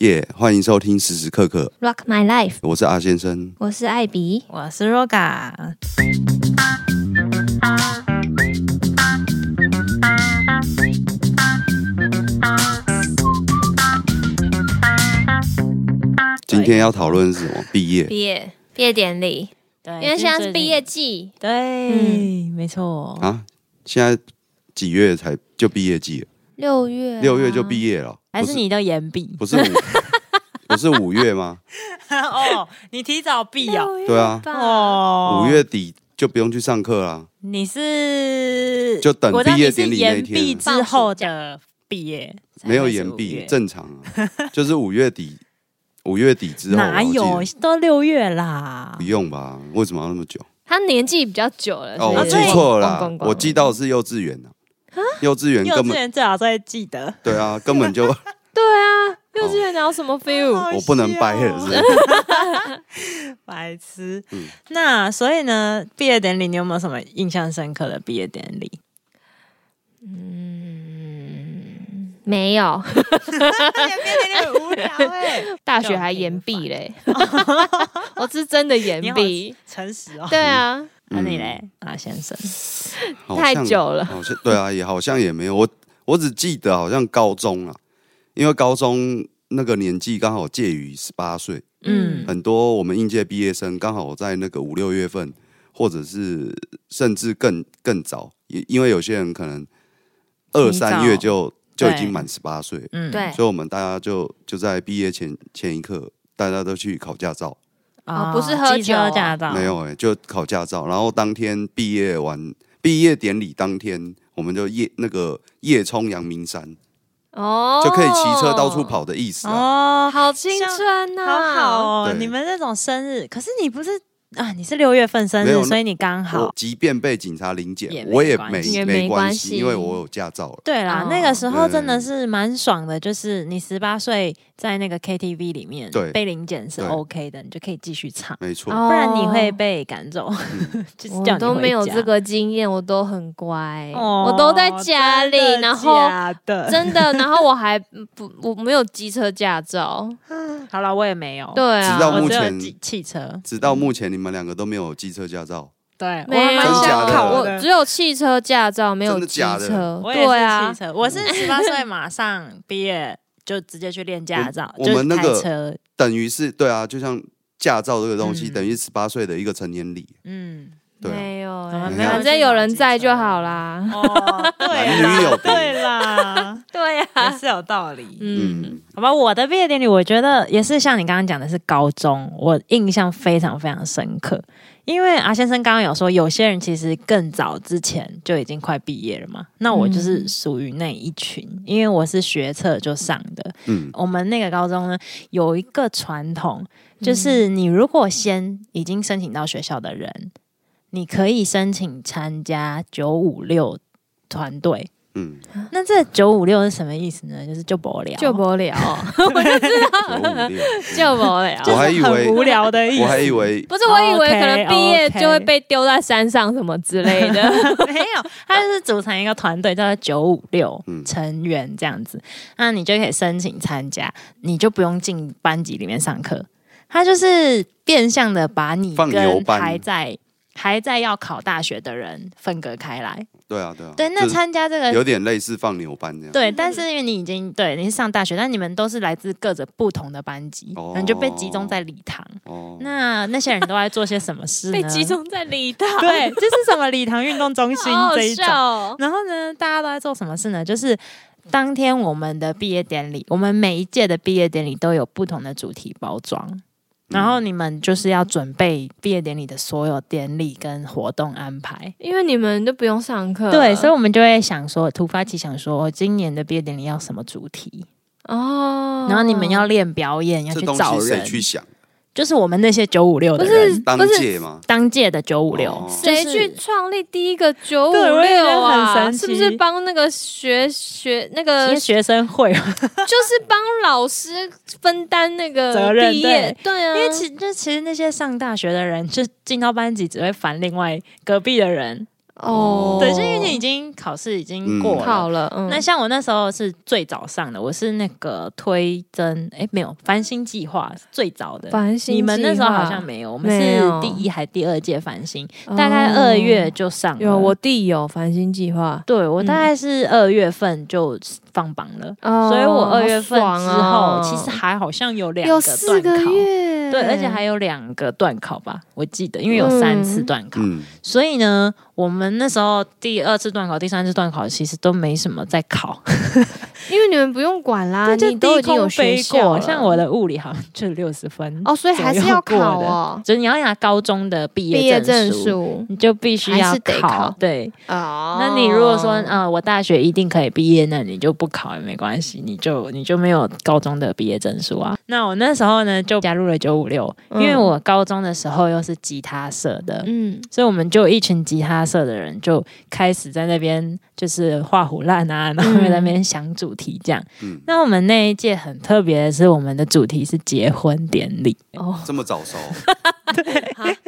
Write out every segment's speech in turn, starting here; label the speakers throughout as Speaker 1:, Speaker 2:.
Speaker 1: 耶欢迎收听时时刻刻，
Speaker 2: Rock My Life，
Speaker 1: 我是阿先生。
Speaker 2: 我是艾比。
Speaker 3: 我是 Roga，啊
Speaker 1: 今天要讨论是什么？毕业。
Speaker 2: 毕业毕业典礼，
Speaker 3: 对，
Speaker 2: 因为现在是毕业，季，
Speaker 3: 对，嗯没错，
Speaker 1: 啊，现在几月才就毕业季了？
Speaker 2: 六月啊
Speaker 1: 六月就毕业了，
Speaker 3: 还是你都延毕？
Speaker 1: 不是？不 是五，不是五月吗？
Speaker 3: 哦，你提早毕哦，
Speaker 2: 六月
Speaker 1: 对啊
Speaker 2: 吧
Speaker 3: 哦，
Speaker 1: 五月底就不用去上课啦。
Speaker 3: 你是
Speaker 1: 就等
Speaker 3: 我知道
Speaker 1: 毕业典礼
Speaker 3: 你是
Speaker 1: 那一
Speaker 3: 延
Speaker 1: 天
Speaker 3: 毕之后的毕业，
Speaker 1: 没有延毕，
Speaker 3: 这
Speaker 1: 正常 啊，就是五月底，五月底之后
Speaker 3: 哪
Speaker 1: 我
Speaker 3: 有
Speaker 1: 记得
Speaker 3: 都六月啦
Speaker 1: 不？用吧？为什么要那么久？
Speaker 2: 他年纪比较久了，
Speaker 1: 哦，我
Speaker 2: 所以
Speaker 3: 对
Speaker 1: 记错了
Speaker 2: 咣咣
Speaker 1: 啦，
Speaker 2: 咣
Speaker 1: 我记到是幼稚园啊，幼稚园
Speaker 3: 幼
Speaker 1: 根
Speaker 3: 稚
Speaker 1: 本
Speaker 3: 园最好再记得，
Speaker 1: 对啊，根本 就
Speaker 2: 对啊，幼稚园哪有什么 feel？
Speaker 3: 啊
Speaker 1: 我不能掰了，是不是？
Speaker 3: 白痴
Speaker 1: 嗯。
Speaker 3: 那所以呢，毕业典礼你有没有什么印象深刻的毕业典 礼？
Speaker 2: 没有，
Speaker 3: 毕业典礼很无聊哎，
Speaker 2: 大学还延毕 嘞，我是真的延
Speaker 3: 你
Speaker 2: 毕。
Speaker 3: 诚实哦。
Speaker 2: 对啊，
Speaker 3: 那
Speaker 1: 嗯
Speaker 3: 你嘞，阿先生？
Speaker 1: 好
Speaker 2: 太
Speaker 1: 像
Speaker 2: 久了
Speaker 1: 好像对啊，也好像也没有，我我只记得好像高中啊，因为高中那个年纪刚好介于十八岁，
Speaker 2: 嗯
Speaker 1: 很多我们应届毕业生刚好在那个五六月份，或者是甚至更更早，因因为有些人可能二
Speaker 3: 提早
Speaker 1: 三月就就已经
Speaker 3: 对
Speaker 1: 满十八岁，
Speaker 3: 嗯
Speaker 2: 对
Speaker 1: 所以我们大家就就在毕业前前一刻，大家都去考驾照，
Speaker 2: 哦不是喝
Speaker 3: 机
Speaker 2: 酒
Speaker 3: 车
Speaker 2: 哦
Speaker 3: 驾照
Speaker 1: 没有哎、就考驾照，然后当天毕业完，毕业典礼当天，我们就夜那个夜冲阳明山，
Speaker 2: 哦，
Speaker 1: 就可以骑车到处，跑的意思啊。
Speaker 3: 哦，
Speaker 2: 好青春啊呐，
Speaker 3: 好好哦，
Speaker 1: 对
Speaker 3: 你们那种生日，可是你不是啊？你是六月份生
Speaker 1: 没有
Speaker 3: 日，
Speaker 1: 那
Speaker 3: 所以你刚
Speaker 1: 我
Speaker 3: 好。
Speaker 1: 即便被警察临检
Speaker 3: 也，没
Speaker 1: 我也
Speaker 3: 关
Speaker 1: 没
Speaker 3: 系
Speaker 2: 也
Speaker 1: 没
Speaker 2: 没
Speaker 1: 关
Speaker 2: 关
Speaker 1: 系，
Speaker 2: 系
Speaker 1: 因为我有驾照了。
Speaker 3: 对啦，
Speaker 2: 哦
Speaker 3: 那个时候
Speaker 1: 对
Speaker 3: 真的是蛮爽的，就是你十八岁在那个 KTV 里面
Speaker 1: 对
Speaker 3: 被临检是
Speaker 1: 对
Speaker 3: OK 的，你就可以继续唱，
Speaker 1: 没错，
Speaker 2: 哦
Speaker 3: 不然你会被赶走，
Speaker 1: 嗯
Speaker 3: 就是
Speaker 2: 我
Speaker 3: 叫你
Speaker 2: 都
Speaker 3: 回
Speaker 2: 没有
Speaker 3: 家
Speaker 2: 这。个经验，我都很乖，
Speaker 3: 哦
Speaker 2: 我都在家里，
Speaker 3: 真的
Speaker 2: 然后
Speaker 3: 假的
Speaker 2: 真的，然后我还不，我没有机车驾照，
Speaker 3: 好了，我也没有，
Speaker 2: 对
Speaker 1: 直到
Speaker 2: 啊，
Speaker 3: 我只有
Speaker 1: 目前
Speaker 3: 机汽车，
Speaker 1: 直到目前你们两个都没有机车驾照，
Speaker 3: 对，
Speaker 2: 没有
Speaker 3: 我还
Speaker 1: 真
Speaker 3: 蛮
Speaker 1: 假
Speaker 3: 想
Speaker 1: 的
Speaker 3: 考
Speaker 2: 我只有汽车驾照，没有
Speaker 1: 真的
Speaker 2: 机
Speaker 1: 假的
Speaker 2: 车，
Speaker 3: 我也
Speaker 2: 对
Speaker 3: 是
Speaker 2: 啊
Speaker 3: 汽，车，我是十八岁马上毕业就直接去练驾照，
Speaker 1: 我我们那个
Speaker 3: 就是开车，
Speaker 1: 等于是对啊，就像驾照这个东西，
Speaker 3: 嗯
Speaker 1: 等于十八岁的一个成年礼。
Speaker 3: 嗯，
Speaker 1: 对啊
Speaker 2: 没有
Speaker 3: 怎
Speaker 2: 欸
Speaker 3: 么，
Speaker 1: 没有
Speaker 2: 反正有人在
Speaker 3: 啊
Speaker 2: 就好 啦，
Speaker 3: 哦，
Speaker 1: 男女有别
Speaker 3: 对啦，
Speaker 2: 对
Speaker 3: 也
Speaker 2: 啊，
Speaker 3: 是有道理。
Speaker 2: 嗯，
Speaker 1: 嗯，
Speaker 3: 好吧，我的毕业典礼，我觉得也是像你刚刚讲的，是高中，我印象非常非常深刻。因为阿先生刚刚有说，有些人其实更早之前就已经快毕业了嘛，那
Speaker 2: 嗯
Speaker 3: 我就是属于那一群，因为我是学测就上的，
Speaker 1: 嗯，
Speaker 3: 我们那个高中呢，有一个传统，就是
Speaker 2: 嗯
Speaker 3: 你如果先已经申请到学校的人，你可以申请参加九五六团队。
Speaker 1: 嗯，
Speaker 3: 那这九五六是什么意思呢？就是就不聊，
Speaker 2: 救不了，
Speaker 1: 九 五六，
Speaker 2: 救不了，
Speaker 1: 我还以为
Speaker 3: 很无聊的意思。
Speaker 1: 我嗯还以为
Speaker 2: 不是我以为可能
Speaker 3: OK，OK
Speaker 2: 毕业就会被丢在山上什么之类 的，
Speaker 3: 没有，它就是组成一个团队，叫做九五六
Speaker 1: 嗯
Speaker 3: 成员这样子，那你就可以申请参加，你就不用进班级里面上课，它就是变相的把你
Speaker 1: 放牛
Speaker 3: 跟
Speaker 1: 班
Speaker 3: 还在还在要考大学的人分隔开来。
Speaker 1: 对啊，对啊，
Speaker 3: 对，那
Speaker 1: 就是
Speaker 3: 参加这个
Speaker 1: 有点类似放牛班这样。
Speaker 3: 对，但是因为你已经对你是上大学，但你们都是来自各个不同的班级，
Speaker 1: 哦
Speaker 3: 你就被集中在礼堂。
Speaker 1: 哦，
Speaker 3: 那那些人都在做些什么事呢？
Speaker 2: 被集中在礼堂，
Speaker 3: 对，就是什么礼堂运动中心
Speaker 2: 好好
Speaker 3: 这一种
Speaker 2: 笑。哦，
Speaker 3: 然后呢，大家都在做什么事呢？就是当天我们的毕业典礼，我们每一届的毕业典礼都有不同的主题包装，然后
Speaker 1: 嗯
Speaker 3: 你们就是要准备毕业典礼的所有典礼跟活动安排。
Speaker 2: 因为你们都不用上
Speaker 1: 呃
Speaker 2: 课了，
Speaker 3: 对，所以我们就会想说，突发奇想说，哦今年的毕业典礼要什么主题？
Speaker 2: 哦，
Speaker 3: 然后你们要练表演，要
Speaker 1: 这
Speaker 3: 去
Speaker 1: 东
Speaker 3: 找
Speaker 1: 西谁
Speaker 3: 人，
Speaker 1: 去想？
Speaker 3: 就是我们那些九五六的
Speaker 2: 不是
Speaker 3: 人，
Speaker 1: 当
Speaker 2: 不是
Speaker 1: 届吗？
Speaker 3: 当届的九五
Speaker 1: 哦
Speaker 3: 六，
Speaker 2: 谁去创立第一个九五
Speaker 3: 对我也觉
Speaker 2: 六
Speaker 3: 得很
Speaker 2: 啊？
Speaker 3: 神
Speaker 2: 是
Speaker 3: 奇
Speaker 2: 不是帮那个学学那个，
Speaker 3: 其实
Speaker 2: 就
Speaker 3: 学生会
Speaker 2: 是帮老师分担那个
Speaker 3: 责任
Speaker 2: 毕业？对啊，
Speaker 3: 因为其就其实那些上大学的人，就进到班级只会烦另外隔壁的人，
Speaker 2: 哦，
Speaker 3: 对，是因为你已经考试已经过
Speaker 1: 嗯
Speaker 3: 了。
Speaker 2: 考了，嗯，
Speaker 3: 那像我那时候是最早上的，我是那个推甄，哎，没有繁星计划是最早的。
Speaker 2: 繁星
Speaker 3: 你们那时候好像
Speaker 2: 计
Speaker 3: 没有，我们
Speaker 2: 没
Speaker 3: 是
Speaker 2: 有
Speaker 3: 第一还第二届繁星，
Speaker 2: 划
Speaker 3: 大概
Speaker 2: 哦
Speaker 3: 二月就上了。
Speaker 2: 有我弟有繁星计划，
Speaker 3: 对我大
Speaker 2: 嗯
Speaker 3: 概是二月份就放榜了，
Speaker 2: 哦
Speaker 3: 所以我二月份之后、
Speaker 2: 好爽哦
Speaker 3: 其实还好像有两
Speaker 2: 有
Speaker 3: 段
Speaker 2: 四
Speaker 3: 考
Speaker 2: 个。月，
Speaker 3: 对，而且还有两个段考吧，我记得，因为有三次段考，
Speaker 1: 嗯，
Speaker 3: 所以呢，我们那时候第二次段考、第三次段考其实都没什么在考，
Speaker 2: 因为你们不用管啦，
Speaker 3: 就
Speaker 2: 啊你都已
Speaker 3: 低
Speaker 2: 经有
Speaker 3: 空
Speaker 2: 学
Speaker 3: 飞
Speaker 2: 校
Speaker 3: 过。
Speaker 2: 了，
Speaker 3: 像我的物理好像就六十分，
Speaker 2: 哦，所以还是要考哦，
Speaker 3: 就是你要拿高中的毕
Speaker 2: 毕业证
Speaker 3: 证书，
Speaker 2: 书
Speaker 3: 你就必须要
Speaker 2: 还是得考
Speaker 3: 对，
Speaker 2: 哦。
Speaker 3: 那你如果说，呃，我大学一定可以毕业，那你就不考也没关系，你就你就没有高中的毕业证书啊。那我那时候呢，就加入了九五六，因为
Speaker 2: 嗯
Speaker 3: 我高中的时候又是吉他社的，
Speaker 2: 嗯，
Speaker 3: 所以我们就一群吉他社的人就开始在那边就是画虎烂啊，然后在那边想主题这样。
Speaker 1: 嗯
Speaker 3: 那我们那一届很特别的是，我们的主题是结婚典礼。
Speaker 2: 哦，
Speaker 1: 这么早熟，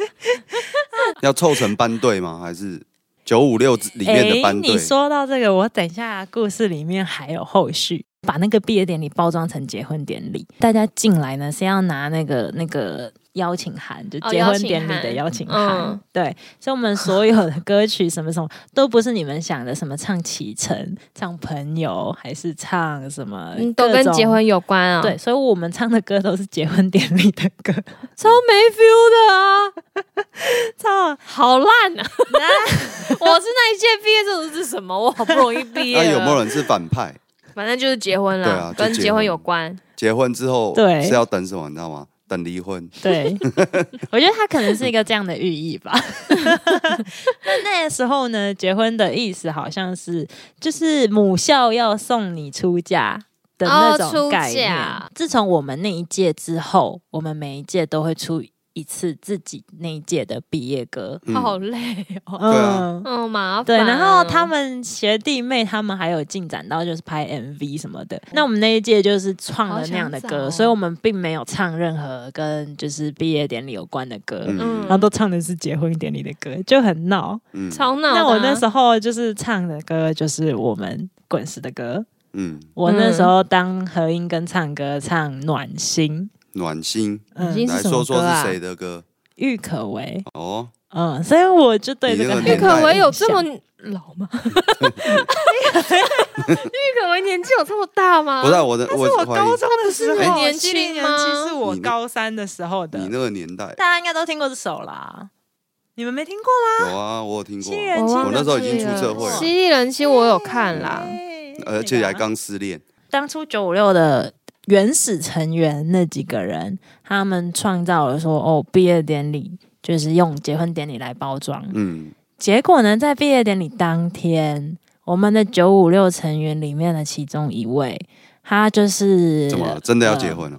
Speaker 1: 要凑成班队吗？还是九五六里面的班
Speaker 3: 诶
Speaker 1: 队
Speaker 3: 你？说到这个，我等一下故事里面还有后续，把那个毕业典礼包装成结婚典礼，大家进来呢是要拿那个那个。邀请函就
Speaker 2: 哦
Speaker 3: 结
Speaker 2: 邀
Speaker 3: 婚
Speaker 2: 请
Speaker 3: 典礼的
Speaker 2: 函
Speaker 3: 邀请函，
Speaker 2: 嗯
Speaker 3: 对，所以我们所有的歌曲什么什么都不是你们想的什么唱启程、唱朋友，还是唱什么
Speaker 2: 嗯，都跟
Speaker 3: 各种
Speaker 2: 结婚有关啊，
Speaker 3: 对，，所以我们唱的歌都是结婚典礼的歌，
Speaker 2: 超没 feel 的 啊，
Speaker 3: 唱
Speaker 2: 好烂啊！ 我是那一届毕业证书是什么？我好不容易 毕
Speaker 1: 那
Speaker 2: 业
Speaker 1: 哎有没有
Speaker 2: 了，
Speaker 1: 人是反派？
Speaker 2: 反正就是结婚
Speaker 1: 对
Speaker 2: 啦
Speaker 1: 啊，就
Speaker 2: 跟
Speaker 1: 结
Speaker 2: 结婚
Speaker 1: 婚
Speaker 2: 有关。
Speaker 1: 结婚之后
Speaker 3: 对
Speaker 1: 是要等什么？你知道吗？等离婚。
Speaker 3: 对，我觉得它可能是一个这样的寓意吧。那那时候呢，结婚的意思好像是就是母校要送你出嫁的那
Speaker 2: 哦
Speaker 3: 种
Speaker 2: 出
Speaker 3: 概念。
Speaker 2: 嫁
Speaker 3: 自从我们那一届之后，我们每一届都会出一次自己那一届的毕业歌。
Speaker 1: 嗯
Speaker 2: 好累哦，
Speaker 1: 对啊
Speaker 3: 嗯
Speaker 2: 嗯，麻烦。
Speaker 3: 对，然后他，们学弟妹他们还有进展到就是拍 MV 什么的。那我们那一届就是创了那样的
Speaker 2: 好想找
Speaker 3: 歌，
Speaker 2: 哦
Speaker 3: 所以我们并没有唱任何跟就是毕业典礼有关的歌，
Speaker 1: 嗯
Speaker 3: 然后都唱的是结婚典礼的歌，就很闹。
Speaker 1: 嗯
Speaker 2: 超闹的啊。
Speaker 3: 那我那时候就是唱的歌就是我们滚石的歌，
Speaker 1: 嗯，
Speaker 3: 我那时候当合音跟唱歌唱《暖心》，
Speaker 1: 暖心。
Speaker 2: 暖
Speaker 3: 嗯
Speaker 2: 心，
Speaker 1: 来
Speaker 2: 是什
Speaker 1: 说
Speaker 2: 么
Speaker 1: 说
Speaker 2: 歌啊
Speaker 1: 是谁的歌？
Speaker 3: 郁可唯，
Speaker 1: 哦，
Speaker 3: 嗯，所以我就对这
Speaker 1: 你
Speaker 3: 个
Speaker 1: 那
Speaker 3: 很
Speaker 1: 个
Speaker 2: 郁
Speaker 1: 年代
Speaker 2: 可唯有这
Speaker 3: 印象
Speaker 2: 么老 吗？ 郁可唯年纪有这么大吗？
Speaker 1: 不是啊我的，我
Speaker 3: 是我
Speaker 1: 怀疑
Speaker 3: 高中的时
Speaker 2: 不是
Speaker 3: 候，
Speaker 2: 你年纪
Speaker 3: 七
Speaker 2: 吗
Speaker 3: 年级是我
Speaker 1: 你那
Speaker 3: 高三的时候
Speaker 1: 你
Speaker 3: 的，啊
Speaker 1: 那个年代
Speaker 3: 大家应该都听过这首啦。你们没听过
Speaker 1: 有啊，我有听过
Speaker 3: 新
Speaker 1: 啊，
Speaker 3: 人
Speaker 2: 我
Speaker 3: 期
Speaker 2: 忘
Speaker 1: 我那时候已经出社会
Speaker 2: 了
Speaker 1: 了
Speaker 2: 犀利人妻我有看啦，
Speaker 3: 对
Speaker 1: 而且还呃刚失恋。
Speaker 3: 当初九五六的原始成员那几个人，他们创造了说哦，毕业典礼就是用结婚典礼来包装。
Speaker 1: 嗯，
Speaker 3: 结果呢，在毕业典礼当天，我们的九五六成员里面的其中一位，他就是呃
Speaker 1: 怎么了？真的要结婚了？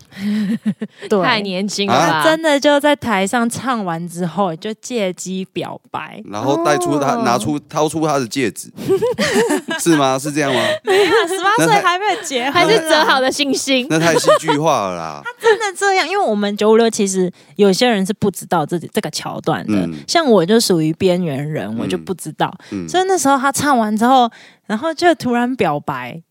Speaker 3: 对
Speaker 2: 太年轻了吧？
Speaker 1: 啊
Speaker 3: 真的就在台上唱完之后，就借机表 白。
Speaker 1: 然后带出他，
Speaker 2: 哦
Speaker 1: 拿出掏出他的戒指， 是吗？是这样吗？
Speaker 3: 没有，十八
Speaker 1: 那
Speaker 3: 岁
Speaker 1: 他
Speaker 3: 还没有结婚，啊
Speaker 2: 还是折好的星星。
Speaker 1: 那太戏剧化了啦。
Speaker 3: 真的这样？因为我们九五六其实有些人是不知道这这个桥段的，
Speaker 1: 嗯
Speaker 3: 像我就属于边缘人，我就不知道。
Speaker 1: 嗯，
Speaker 3: 所以那时候他唱完之后，然后就突然表白，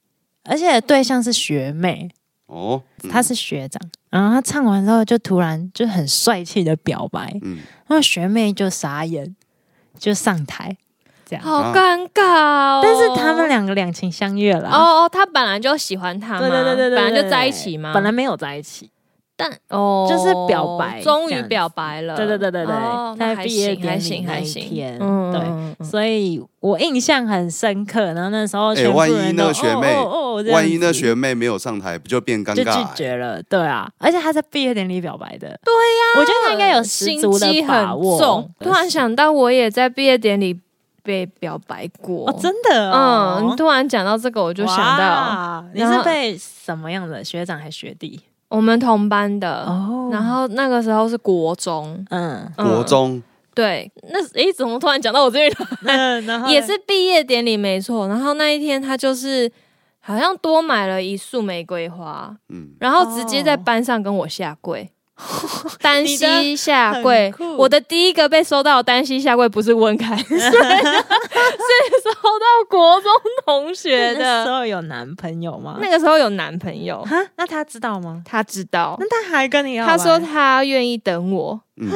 Speaker 3: 而且对象是学妹，
Speaker 1: 哦，嗯
Speaker 3: 她是学长。然后他唱完之后，就突然就很帅气的表白，
Speaker 1: 嗯，
Speaker 3: 然后学妹就傻眼，就上台这 样。
Speaker 1: 啊
Speaker 2: 好尴尬哦！
Speaker 3: 但是他们两个两情相悦了。
Speaker 2: 哦哦，他本来就喜欢他嘛，
Speaker 3: 对对对对对，
Speaker 2: 本来就
Speaker 3: 对
Speaker 2: 在一起嘛，
Speaker 3: 本来没有在一起，
Speaker 2: 但哦，
Speaker 3: 就是表白
Speaker 2: 终
Speaker 3: 这
Speaker 2: 于
Speaker 3: 样子
Speaker 2: 表白了，
Speaker 3: 对对对对对
Speaker 2: 哦
Speaker 3: 在
Speaker 2: 那还
Speaker 3: 毕
Speaker 2: 行
Speaker 3: 业
Speaker 2: 还
Speaker 3: 典礼
Speaker 2: 行
Speaker 3: 那
Speaker 2: 还
Speaker 3: 一
Speaker 2: 行，
Speaker 3: 天
Speaker 2: 嗯
Speaker 3: 对
Speaker 2: 嗯嗯
Speaker 3: 所以我印象很深刻。然后那时候
Speaker 1: 哎
Speaker 3: 全部
Speaker 1: 万一
Speaker 3: 人
Speaker 1: 那
Speaker 3: 都
Speaker 1: 个学妹
Speaker 3: 哦哦哦这样
Speaker 1: 万一那
Speaker 3: 子
Speaker 1: 学妹没有上台，不就变尴
Speaker 3: 就拒
Speaker 1: 尬？
Speaker 3: 绝了，对啊，而且她在毕业典礼表白的，对呀、我觉得她应该有十
Speaker 2: 心
Speaker 3: 足的
Speaker 2: 机很
Speaker 3: 把握。
Speaker 2: 重。突然想到，我也在毕业典礼被表白过，
Speaker 3: 哦，真的哦，
Speaker 2: 嗯，你突然讲到这个，我就想到
Speaker 3: 哇你
Speaker 2: 然
Speaker 3: 是
Speaker 2: 后
Speaker 3: 被什么样的学长还学弟？
Speaker 2: 我们同班的，
Speaker 3: 哦
Speaker 2: 然后那个时候是国中，
Speaker 3: 嗯，
Speaker 2: 嗯
Speaker 1: 国中
Speaker 2: 对，那诶，怎么突然讲到我这边
Speaker 3: 那然后
Speaker 2: 也是毕业典礼没错。然后那一天他就是好像多买了一束玫瑰花，
Speaker 1: 嗯，
Speaker 2: 然后直接在班上跟我下跪。单
Speaker 3: 哦你的
Speaker 2: 膝下
Speaker 3: 很
Speaker 2: 跪
Speaker 3: 酷，
Speaker 2: 我的第一个被收到的单膝下跪不是温凯穗， 是收到国中同学
Speaker 3: 那时
Speaker 2: 的。
Speaker 3: 候有男朋友吗？
Speaker 2: 那个时候有男朋友，
Speaker 3: 哈，那他知道吗？
Speaker 2: 他知道，
Speaker 3: 那他还跟你要
Speaker 2: 他说
Speaker 3: 玩
Speaker 2: 他愿意等我。
Speaker 1: 嗯，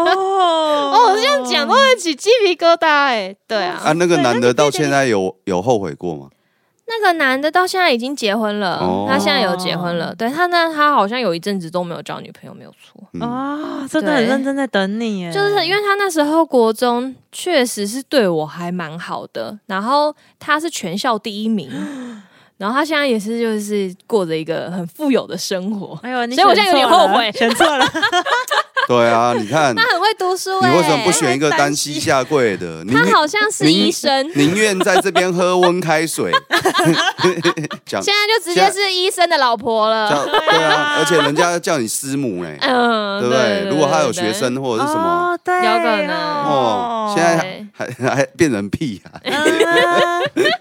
Speaker 2: 哦，我这样讲都会起鸡皮疙瘩哎、对啊，
Speaker 1: 啊，那个男的到现在有有后悔过吗？
Speaker 2: 那个男的到现在已经结婚了，
Speaker 1: 哦
Speaker 2: 他现在有结婚了。对他呢，他好像有一阵子都没有交女朋友，没有错。
Speaker 1: 嗯，
Speaker 3: 哦，真的很
Speaker 2: 对
Speaker 3: 认真在等你耶，
Speaker 2: 就是因为他那时候国中确实是对我还蛮好的，然后他是全校第一名， 然后他现在也是就是过着一个很富有的生活，
Speaker 3: 哎呦，你
Speaker 2: 所以我现在有点
Speaker 3: 选错了
Speaker 2: 后悔
Speaker 3: 选 错了，
Speaker 1: 对啊，你看
Speaker 2: 他很会读书、
Speaker 1: 你
Speaker 2: 欸，
Speaker 1: 为什么不选一个单膝下跪的？宁
Speaker 2: 他好像是医生，
Speaker 1: 宁愿在这边喝温开水，讲
Speaker 2: 现在就直接是医生的老婆了。
Speaker 1: 叫对啊，而且人家叫你师母嘞，
Speaker 2: 嗯，
Speaker 1: 对不对？如果他有学，生或者是什么，
Speaker 3: 哦，对，
Speaker 2: 有可能
Speaker 1: 哦，现在
Speaker 2: 对
Speaker 1: 还还还变成屁啊！
Speaker 3: 啊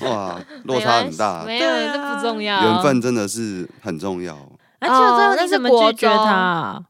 Speaker 1: 哇，落差很大，
Speaker 2: 没有
Speaker 3: 对啊
Speaker 2: 这不重要。
Speaker 1: 缘，分真的是很重要。
Speaker 3: 而且我知道
Speaker 2: 哦那是
Speaker 3: 你怎么
Speaker 2: 国
Speaker 3: 拒绝他
Speaker 2: 中
Speaker 3: 啊？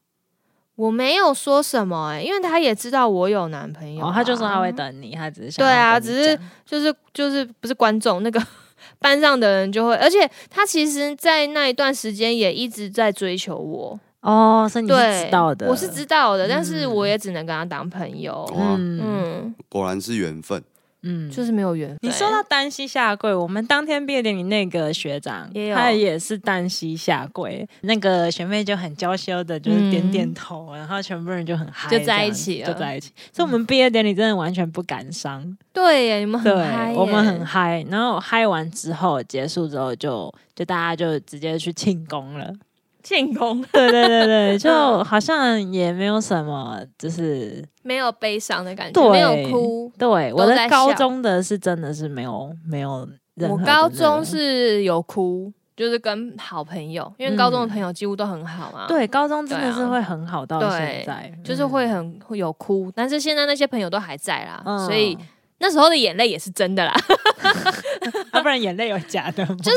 Speaker 2: 我没有说什么哎、因为他也知道我有男朋友、
Speaker 3: 哦，他就说他会等你，他只是想
Speaker 2: 对啊，
Speaker 3: 要跟
Speaker 2: 只
Speaker 3: 你
Speaker 2: 是
Speaker 3: 讲
Speaker 2: 就是就是不是观众那个 班上的人就会，而且他其实，在那一段时间也一直在追求我，
Speaker 3: 哦，所以你是
Speaker 2: 对，
Speaker 3: 知道的，
Speaker 2: 我是知道的，但是
Speaker 3: 嗯
Speaker 2: 我也只能跟他当朋友，
Speaker 1: 哇
Speaker 3: 嗯
Speaker 2: 嗯，
Speaker 1: 果然是缘分，
Speaker 3: 嗯，
Speaker 2: 就是没有缘分。
Speaker 3: 你说到单膝下跪，我们当天毕业典礼那个学长
Speaker 2: 也，有
Speaker 3: 他也是单膝下跪，那个学妹就很娇羞的，就是点点头，然后全部人就很嗨，
Speaker 2: 嗯就在一起
Speaker 3: 这
Speaker 2: 了
Speaker 3: 样就在一起。所以我们毕业典礼真的完全不感伤，
Speaker 2: 对耶，你们
Speaker 3: 对
Speaker 2: 嗯很嗨耶，
Speaker 3: 我们很 嗨。然后嗨完之后，结束之后就就大家就直接去庆 功了。
Speaker 2: 庆功，
Speaker 3: 对对对对，就好像也没有什么，就是
Speaker 2: 没有悲伤的感觉，
Speaker 3: 对
Speaker 2: 没有哭。
Speaker 3: 对我
Speaker 2: 在笑
Speaker 3: 的高中的是真的是没有没有任
Speaker 2: 我
Speaker 3: 何的那个。
Speaker 2: 高中是有哭，就是跟好朋友，因为高中的朋友几乎都很好嘛，，
Speaker 3: 嗯对，嗯高中真的
Speaker 2: 啊对
Speaker 3: 是
Speaker 2: 啊
Speaker 3: 会很好到现
Speaker 2: 对
Speaker 3: 在，
Speaker 2: 就是会很会有哭，但是现在那些朋友都还在啦，
Speaker 3: 嗯，
Speaker 2: 所以。那时候的眼泪也是真的啦，
Speaker 3: 要啊不然眼泪有假的吗，就是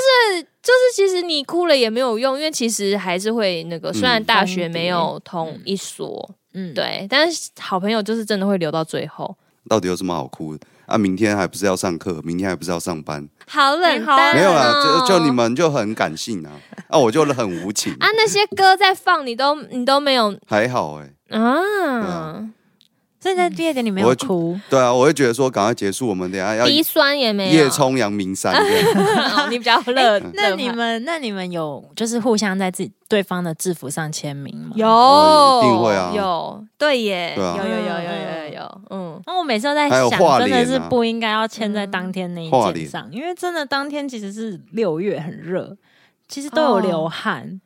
Speaker 2: 就是其实你哭了也没有用，因为其实还是会那个，
Speaker 1: 嗯
Speaker 2: 虽然大学没有同一所，
Speaker 3: 嗯，
Speaker 2: 对，但是好朋友就是真的会留到最后。
Speaker 1: 到底有什么好哭的？啊，明天还不是要上课，明天还不是要上班？
Speaker 2: 好冷淡、哦，
Speaker 1: 没有啦，就就你们就很感性啊，啊，我就很无情，
Speaker 2: 啊，那些歌在放，你都你都没有
Speaker 1: 还好哎。
Speaker 2: 啊
Speaker 1: 啊，
Speaker 3: 所以在毕业典礼没
Speaker 1: 我
Speaker 3: 有
Speaker 1: 会觉
Speaker 3: 哭，
Speaker 1: 对啊，我会觉得说赶快结束，我们等一下要
Speaker 2: 鼻酸也没有。
Speaker 1: 夜冲阳明山这样。
Speaker 2: 哦 你比较乐。
Speaker 3: 哎
Speaker 1: 嗯
Speaker 3: 那
Speaker 2: 乐
Speaker 3: 你
Speaker 2: 派
Speaker 3: 们那你们有就是互相在自己对方的制服上签名吗？。
Speaker 2: 有、
Speaker 1: 哦一定会啊
Speaker 2: 有对耶，
Speaker 1: 对啊
Speaker 2: 有有有有有有有，嗯，
Speaker 3: 那我每次都在
Speaker 1: 还有
Speaker 3: 想，
Speaker 1: 画
Speaker 3: 真的
Speaker 1: 脸
Speaker 3: 是
Speaker 1: 啊
Speaker 3: 不应该要签在当天那一
Speaker 1: 嗯画
Speaker 3: 件
Speaker 1: 脸
Speaker 3: 上，因为真的当天其实是六月很热，其实都有
Speaker 2: 哦
Speaker 3: 流汗，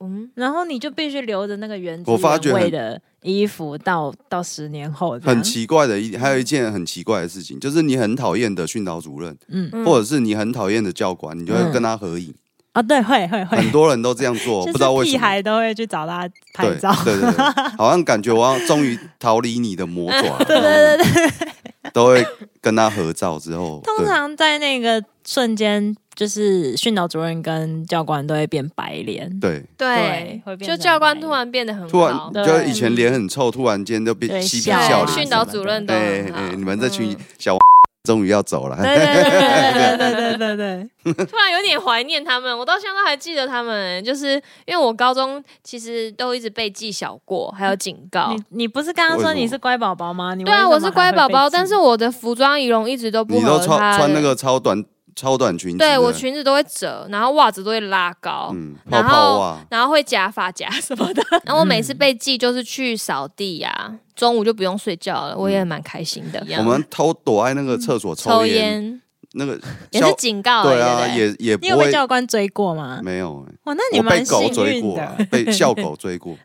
Speaker 2: 嗯，
Speaker 3: 然后你就必须留着那个原汁
Speaker 1: 我发觉
Speaker 3: 原味
Speaker 1: 很
Speaker 3: 的衣服到到十年后这样，
Speaker 1: 很奇怪的一，还有一件很奇怪的事情，就是你很讨厌的训导主任，
Speaker 3: 嗯
Speaker 2: 嗯
Speaker 1: 或者是你很讨厌的教官，你就会跟他合影。
Speaker 3: 啊，对，会会会，
Speaker 1: 很多人都这样做，
Speaker 3: 就
Speaker 1: 不知
Speaker 3: 是
Speaker 1: 道为什
Speaker 3: 屁
Speaker 1: 么。
Speaker 3: 孩都会去找他拍
Speaker 1: 对
Speaker 3: 照。
Speaker 1: 对对对，好像感觉我好像终于逃离你的魔爪。对
Speaker 3: 对
Speaker 1: 对对，都会跟他合照之后，
Speaker 3: 通常在那个瞬间，就是训导主任跟教官都会变白脸。
Speaker 1: 对
Speaker 2: 对
Speaker 3: 会，变
Speaker 2: 就
Speaker 3: 成
Speaker 2: 教官
Speaker 3: 白
Speaker 2: 突然变得很
Speaker 1: 对，突
Speaker 2: 好
Speaker 1: 然，就以前脸很臭，突然间就变
Speaker 3: 对
Speaker 1: 嬉皮
Speaker 3: 笑啊
Speaker 1: 笑
Speaker 2: 对，
Speaker 1: 脸。
Speaker 2: 训导主任都
Speaker 1: 哎
Speaker 2: 很好
Speaker 1: 哎，你们这群
Speaker 2: 嗯
Speaker 1: 小 终于要走了。
Speaker 3: 对对 对对对对对对，
Speaker 2: 突然有点怀念他们，我到现在都还记得他们，就是因为我高中其实都一直被记小过，还有警告。
Speaker 3: 你你不是刚刚说
Speaker 1: 为什么
Speaker 3: 你是乖宝宝吗？你
Speaker 2: 对啊，我是乖宝宝，但
Speaker 3: 是
Speaker 2: 是我的服装仪容一直都不
Speaker 1: 你
Speaker 2: 合
Speaker 1: 都
Speaker 2: 他
Speaker 1: 穿
Speaker 2: 的
Speaker 1: 穿那，个超短超短裙子的，
Speaker 2: 对我裙子都会折，然后袜子都会拉高，
Speaker 1: 嗯泡
Speaker 2: 然后
Speaker 1: 泡袜，
Speaker 2: 然后会夹发夹什么的。 然后我每
Speaker 1: 嗯
Speaker 2: 次被记就是去扫地呀、中午就不用睡觉了，我也蛮开心的。
Speaker 1: 嗯我们偷躲在那个厕所
Speaker 2: 抽
Speaker 1: 烟，
Speaker 2: 烟
Speaker 1: 那个
Speaker 2: 嗯也
Speaker 1: 消
Speaker 2: 是警告而已，
Speaker 1: 对啊，
Speaker 2: 对不对
Speaker 1: 也也不
Speaker 3: 你有
Speaker 1: 会
Speaker 3: 被教官追过吗？哦
Speaker 1: 没有欸。
Speaker 3: 哇，那你
Speaker 1: 我被
Speaker 3: 蛮幸
Speaker 1: 狗追
Speaker 3: 运
Speaker 1: 过啊
Speaker 3: 的。，
Speaker 1: 被校狗追过。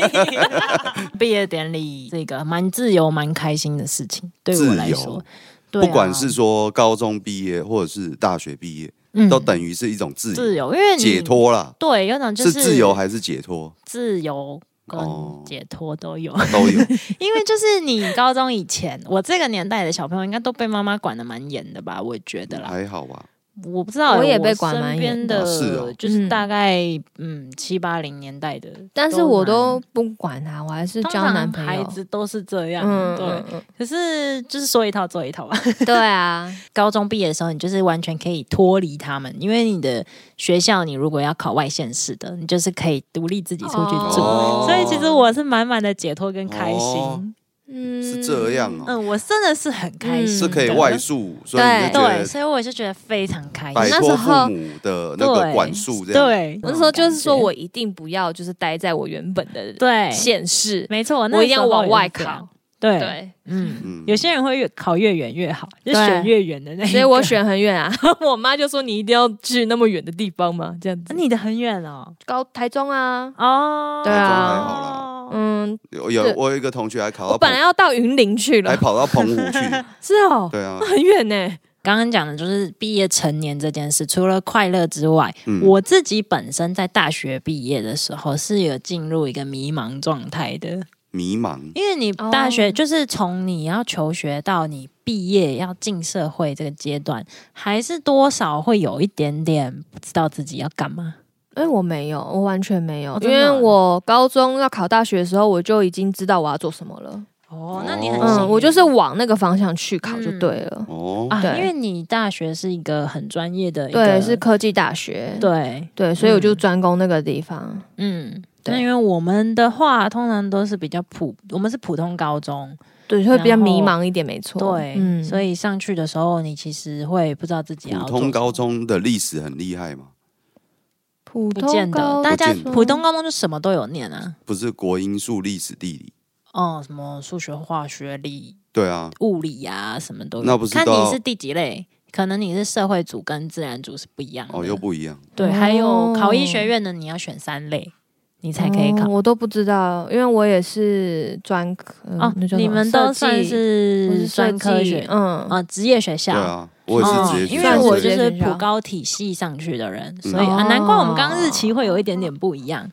Speaker 3: 毕业典礼这个蛮自由、蛮开心的事情，对我
Speaker 1: 自
Speaker 3: 来
Speaker 1: 由
Speaker 3: 说，对啊
Speaker 1: 不管是说高中毕业或者是大学毕业，
Speaker 3: 嗯
Speaker 1: 都等于是一种自由
Speaker 3: 自由，因为你
Speaker 1: 解。脱啦。
Speaker 3: 对，有种就是
Speaker 1: 自由还是解 脱
Speaker 3: 自由跟
Speaker 1: 哦
Speaker 3: 解脱都有。
Speaker 1: 都有。
Speaker 3: 因为就是你高中以前，我这个年代的小朋友应该都被妈妈管的蛮严的吧？我觉得啦，
Speaker 1: 还好吧？
Speaker 3: 我不知道欸，
Speaker 2: 我也
Speaker 3: 我
Speaker 2: 被管蛮
Speaker 3: 身边
Speaker 2: 严
Speaker 1: 的
Speaker 3: 的，
Speaker 1: 哦嗯是哦
Speaker 3: 就是
Speaker 2: 嗯
Speaker 3: 大概嗯七八零年代的，
Speaker 2: 但是我都
Speaker 3: 蛮
Speaker 2: 不管他，我还是
Speaker 3: 通
Speaker 2: 交
Speaker 3: 常
Speaker 2: 男朋友。
Speaker 3: 孩子都是这样，
Speaker 2: 嗯，
Speaker 3: 对。
Speaker 2: 嗯
Speaker 3: 可是就是说一套做一套吧。
Speaker 2: 嗯对啊，
Speaker 3: 高中毕业的时候，你就是完全可以脱离他们，因为你的学校，你如果要考外县市的，你就是可以独立自己出去住。
Speaker 1: 哦
Speaker 3: 所以其实我是满满的解脱跟开心。
Speaker 1: 哦
Speaker 2: 嗯，
Speaker 1: 是这样哦、
Speaker 3: 嗯，我真的是很开心的，
Speaker 1: 是可以外宿，所以你就觉
Speaker 3: 嗯对，
Speaker 1: 得
Speaker 3: 所以我就觉得非常开
Speaker 1: 摆
Speaker 3: 心。
Speaker 2: 那
Speaker 1: 脱
Speaker 2: 时
Speaker 1: 父
Speaker 2: 候
Speaker 1: 母的那个
Speaker 3: 对，
Speaker 1: 管束这样。
Speaker 3: 对，
Speaker 2: 我那时候就是说
Speaker 3: 那种
Speaker 2: 我一定不要就是待在我原本的
Speaker 3: 感觉对，
Speaker 2: 县市，
Speaker 3: 没错，那
Speaker 2: 我一定要
Speaker 3: 时候
Speaker 2: 往
Speaker 3: 也
Speaker 2: 外
Speaker 3: 是这样
Speaker 2: 考。。
Speaker 3: 对，
Speaker 2: 对，
Speaker 3: 嗯，
Speaker 1: 嗯
Speaker 3: 有些人会越考越远越好，就
Speaker 2: 对
Speaker 3: 选越远的那一个。
Speaker 2: 所以我选很远啊。 我妈就说你一定要去那么远的地方嘛，这样子。
Speaker 3: 啊你的很远哦，
Speaker 2: 高台中啊，
Speaker 3: 哦，
Speaker 2: 对啊
Speaker 1: 那就还好啦
Speaker 2: 嗯，
Speaker 1: 有有
Speaker 2: 对
Speaker 1: 我有一个同学还考
Speaker 2: 我
Speaker 1: 到
Speaker 2: 本
Speaker 1: 澎
Speaker 2: 来要到云林去
Speaker 1: 还
Speaker 2: 了，
Speaker 1: 跑到澎湖去，
Speaker 2: 是哦，
Speaker 1: 哎对啊，
Speaker 2: 很远呢。
Speaker 3: 刚刚讲的就是毕业成年这件事，除了快乐之外，
Speaker 1: 嗯
Speaker 3: 我自己本身在大学毕业的时候是有进入一个迷茫状态的，
Speaker 1: 迷茫，
Speaker 3: 因为你大学
Speaker 2: 哦
Speaker 3: 就是从你要求学到你毕业要进社会这个阶段，还是多少会有一点点不知道自己要干嘛。
Speaker 2: 哎，我没有，我完全没有
Speaker 3: 哦，
Speaker 2: 因
Speaker 3: 真的
Speaker 2: 为
Speaker 3: 啊
Speaker 2: 我高中要考大学的时候，我就已经知道我要做什么了。
Speaker 3: 哦
Speaker 1: 那
Speaker 3: 那
Speaker 1: 你
Speaker 3: 你
Speaker 1: 很
Speaker 3: 很
Speaker 1: 幸运
Speaker 2: 嗯，我就是往那个方向去考就对了。
Speaker 1: 哦，
Speaker 3: 啊，
Speaker 2: 对
Speaker 3: 因为你大学是一个很专业的一个，
Speaker 2: 对，是科技大学，
Speaker 3: 对，
Speaker 2: 对，所以我就专攻那个地方。
Speaker 3: 嗯。
Speaker 2: 对
Speaker 3: 那因为我们的话，通常都是比较普，我们是普通高中，
Speaker 2: 对，会比较
Speaker 3: 然后
Speaker 2: 迷茫一点，没错。
Speaker 3: 对，
Speaker 2: 嗯，
Speaker 3: 所
Speaker 2: 以
Speaker 3: 以上去的时候，你其实会不知道自己要
Speaker 1: 普
Speaker 3: 做什
Speaker 1: 通
Speaker 3: 么
Speaker 1: 高中的历史很厉害嘛，
Speaker 2: 普
Speaker 3: 不
Speaker 2: 通
Speaker 3: 见得，
Speaker 2: 高
Speaker 3: 大家
Speaker 1: 不见得
Speaker 3: 普通高中就什么都有念啊，
Speaker 1: 不是国英数、历史、地理，
Speaker 3: 哦，什么数学、化学、理、
Speaker 1: 对啊，
Speaker 3: 物理啊，什么都有。
Speaker 1: 那不是
Speaker 3: 看
Speaker 1: 都要
Speaker 3: 你是第几类，可能你是社会组跟自然组是不一样的。
Speaker 1: 哦，又不一样，
Speaker 3: 对，
Speaker 2: 哦
Speaker 3: 还有考医学院的，你要选三类，你才可以考
Speaker 2: 哦。我都不知道，因为我也是专科
Speaker 3: 哦，
Speaker 2: 那叫什么
Speaker 3: 你们都
Speaker 2: 设
Speaker 3: 算
Speaker 2: 计我
Speaker 3: 是
Speaker 2: 是设
Speaker 3: 专
Speaker 2: 计
Speaker 3: 科学，
Speaker 2: 嗯，
Speaker 3: 呃，职业学校。
Speaker 1: 对啊，我也是直接
Speaker 3: 嗯
Speaker 1: 去
Speaker 3: 因
Speaker 1: 上
Speaker 3: 为
Speaker 1: 学，
Speaker 3: 我
Speaker 2: 直
Speaker 3: 就
Speaker 2: 接
Speaker 3: 是
Speaker 2: 学校
Speaker 3: 普高体系上去的人，
Speaker 1: 嗯
Speaker 3: 所以、啊、
Speaker 2: 哦
Speaker 3: 难怪我们刚日期会有一点点不一样。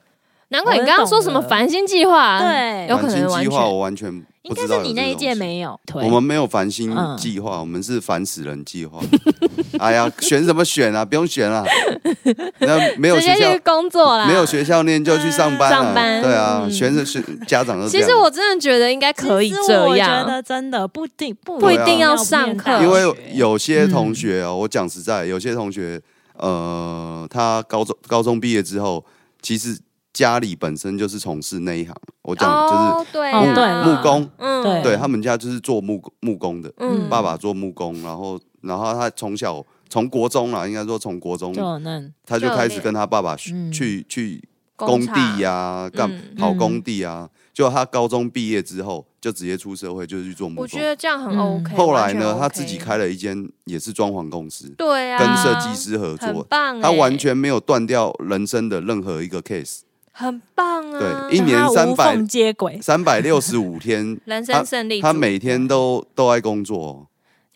Speaker 2: 难怪你刚刚说什么繁星计划，，
Speaker 3: 对
Speaker 2: 有可能
Speaker 1: 繁
Speaker 2: 完
Speaker 1: 星计
Speaker 2: 全
Speaker 1: 划我完全
Speaker 3: 应
Speaker 1: 不
Speaker 3: 该
Speaker 1: 知
Speaker 3: 是
Speaker 1: 道
Speaker 3: 你
Speaker 1: 有这
Speaker 3: 那一
Speaker 1: 东
Speaker 3: 届
Speaker 1: 西
Speaker 3: 没有推，
Speaker 1: 我们没有繁星
Speaker 3: 嗯
Speaker 1: 计划，我们是烦死人计划。 哎呀，选什么选啊？不用选 了，那没有
Speaker 2: 直
Speaker 1: 学
Speaker 2: 接
Speaker 1: 校
Speaker 2: 去，工作啦，
Speaker 1: 没有。学校念就去上班
Speaker 2: 上
Speaker 1: 了。
Speaker 2: 班
Speaker 1: 对啊，
Speaker 2: 嗯
Speaker 1: 选着选家长都这
Speaker 2: 其
Speaker 1: 样。
Speaker 2: 实我真的觉得应该可以这
Speaker 3: 其实我觉
Speaker 2: 样，
Speaker 3: 得真的不一定不
Speaker 1: 不一定
Speaker 2: 要上课
Speaker 1: 因为有些同学
Speaker 2: 嗯
Speaker 1: 哦，我讲实在，有些同学呃，他高中高中毕业之后，其实家里本身就是从事那一行。我讲就是
Speaker 2: 哦，对
Speaker 3: 哦对
Speaker 2: 啊，
Speaker 3: 啦
Speaker 1: 木工，
Speaker 2: 嗯，
Speaker 3: 对
Speaker 1: 对他们家就是做木工木工的，
Speaker 2: 嗯，
Speaker 1: 爸爸做木工，然后然后他从小从国中啦，应该说从国中
Speaker 3: 就有那
Speaker 1: 他就
Speaker 2: 就
Speaker 1: 开
Speaker 2: 有
Speaker 1: 始
Speaker 2: 练
Speaker 1: 跟他爸爸去、
Speaker 3: 嗯
Speaker 1: 去去工
Speaker 2: 厂
Speaker 1: 地呀、干、
Speaker 2: 嗯
Speaker 1: 跑
Speaker 3: 嗯
Speaker 1: 工地啊。就他高中毕业之后，就直接出社会，就是去做木
Speaker 2: 我觉
Speaker 1: 工。
Speaker 2: 得这样很
Speaker 3: 嗯
Speaker 2: OK。
Speaker 1: 后来呢，他
Speaker 2: 完全 OK
Speaker 1: 自己，开了一间也是装潢公司，
Speaker 2: 对啊，
Speaker 1: 跟设计师合
Speaker 2: 很
Speaker 1: 作。
Speaker 2: 棒欸，
Speaker 1: 他完全没有断掉人生的任何一个 case，
Speaker 2: 很棒啊，
Speaker 1: 对一年
Speaker 3: 就它无
Speaker 1: 300
Speaker 3: 缝接轨，
Speaker 1: 三百六十五 天，
Speaker 2: 人生胜利组，
Speaker 1: 他每天都都爱工作哦、